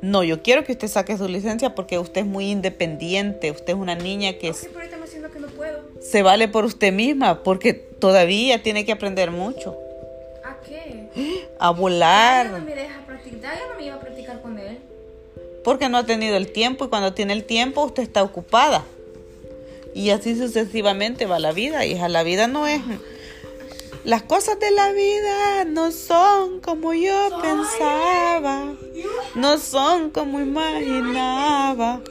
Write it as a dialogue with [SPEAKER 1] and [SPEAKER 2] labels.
[SPEAKER 1] No, yo quiero que usted saque su licencia porque usted es muy independiente, usted es una niña que
[SPEAKER 2] Ok, pero ahorita me siento que no puedo.
[SPEAKER 1] se vale por usted misma porque todavía tiene que aprender mucho.
[SPEAKER 2] ¿A qué?
[SPEAKER 1] A
[SPEAKER 2] Ya no
[SPEAKER 1] volar,
[SPEAKER 2] me deja practicar, ya no me iba a practicar con él.
[SPEAKER 1] porque no ha tenido el tiempo y cuando tiene el tiempo usted está ocupada. Y así sucesivamente va la vida, hija. La vida no es... Las cosas de la vida no son como yo pensaba, no son como imaginaba.